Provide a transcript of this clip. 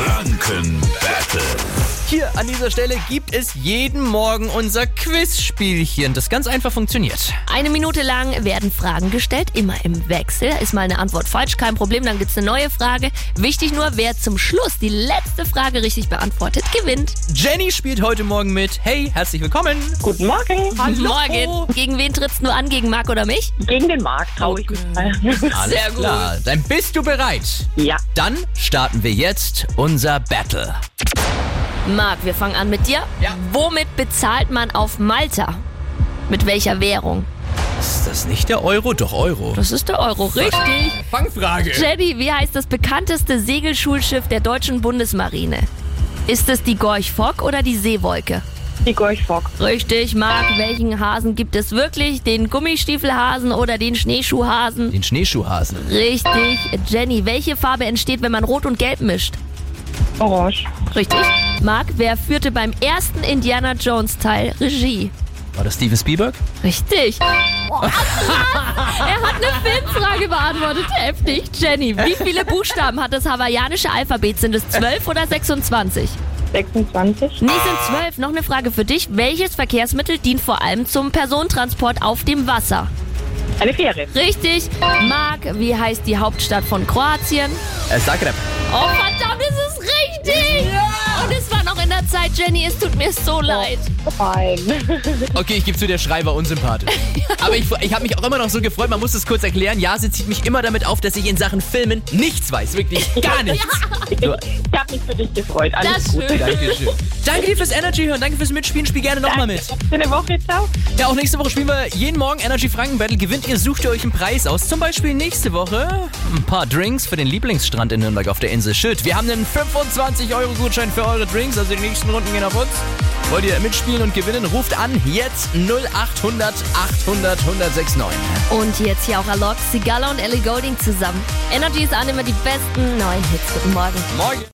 Franken Battle. Hier an dieser Stelle gibt es jeden Morgen unser Quizspielchen, das ganz einfach funktioniert. Eine Minute lang werden Fragen gestellt, immer im Wechsel. Ist mal eine Antwort falsch, kein Problem, dann gibt's eine neue Frage. Wichtig nur, wer zum Schluss die letzte Frage richtig beantwortet, gewinnt. Jenny spielt heute Morgen mit. Hey, herzlich willkommen. Guten Morgen. Guten Morgen. Gegen wen trittst du an? Gegen Marc oder mich? Gegen den Markt traue ich mich mal. Alles Sehr gut. klar, dann bist du bereit. ja. Dann starten wir jetzt unser Battle. Marc, wir fangen an mit dir. Ja. Womit bezahlt man auf Malta? Mit welcher Währung? Ist das nicht der Euro? Doch Euro. Das ist der Euro, richtig. Fangfrage. Jenny, wie heißt das bekannteste Segelschulschiff der deutschen Bundesmarine? Ist es die Gorch Fock oder die Seewolke? Die Gorch Fock. Richtig, Marc, welchen Hasen gibt es wirklich? Den Gummistiefelhasen oder den Schneeschuhhasen? Den Schneeschuhhasen. Richtig. Jenny, welche Farbe entsteht, wenn man Rot und Gelb mischt? Orange. Richtig. Marc, wer führte beim ersten Indiana Jones Teil Regie? War das Steven Spielberg? Richtig. er hat eine Filmfrage beantwortet. Heftig. Jenny, wie viele Buchstaben hat das hawaiianische Alphabet? Sind es 12 oder 26? 26. Nee, sind 12. Noch eine Frage für dich. Welches Verkehrsmittel dient vor allem zum Personentransport auf dem Wasser? Eine Fähre. Richtig. Marc, wie heißt die Hauptstadt von Kroatien? Äh, Zagreb. Oh, verdammt, es ist richtig. Und es war noch in der Zeit, Jenny. Es tut mir so leid. Nein. Okay, ich gebe zu, der Schrei war unsympathisch. Aber ich, ich habe mich auch immer noch so gefreut, man muss es kurz erklären. Ja, sie zieht mich immer damit auf, dass ich in Sachen Filmen nichts weiß. Wirklich gar nichts. Nur- Ich habe mich für dich gefreut. Alles Das gut. schön. Dankeschön. Danke dir fürs Energy hören, danke fürs Mitspielen. Spiel gerne nochmal mit. Schöne Woche. Ciao. Ja, auch nächste Woche spielen wir jeden Morgen Energy Franken Battle. Gewinnt ihr, sucht ihr euch einen Preis aus. Zum Beispiel nächste Woche ein paar Drinks für den Lieblingsstrand in Nürnberg auf der Insel Schild. Wir haben einen 25-Euro-Gutschein für eure Drinks, also die nächsten Runden gehen auf uns. Wollt ihr mitspielen und gewinnen? Ruft an jetzt 0800 800 1069. Und jetzt hier auch Alok, Sigala und Ellie Golding zusammen. Energy ist an immer die besten neuen Hits. Guten Morgen. Morgen.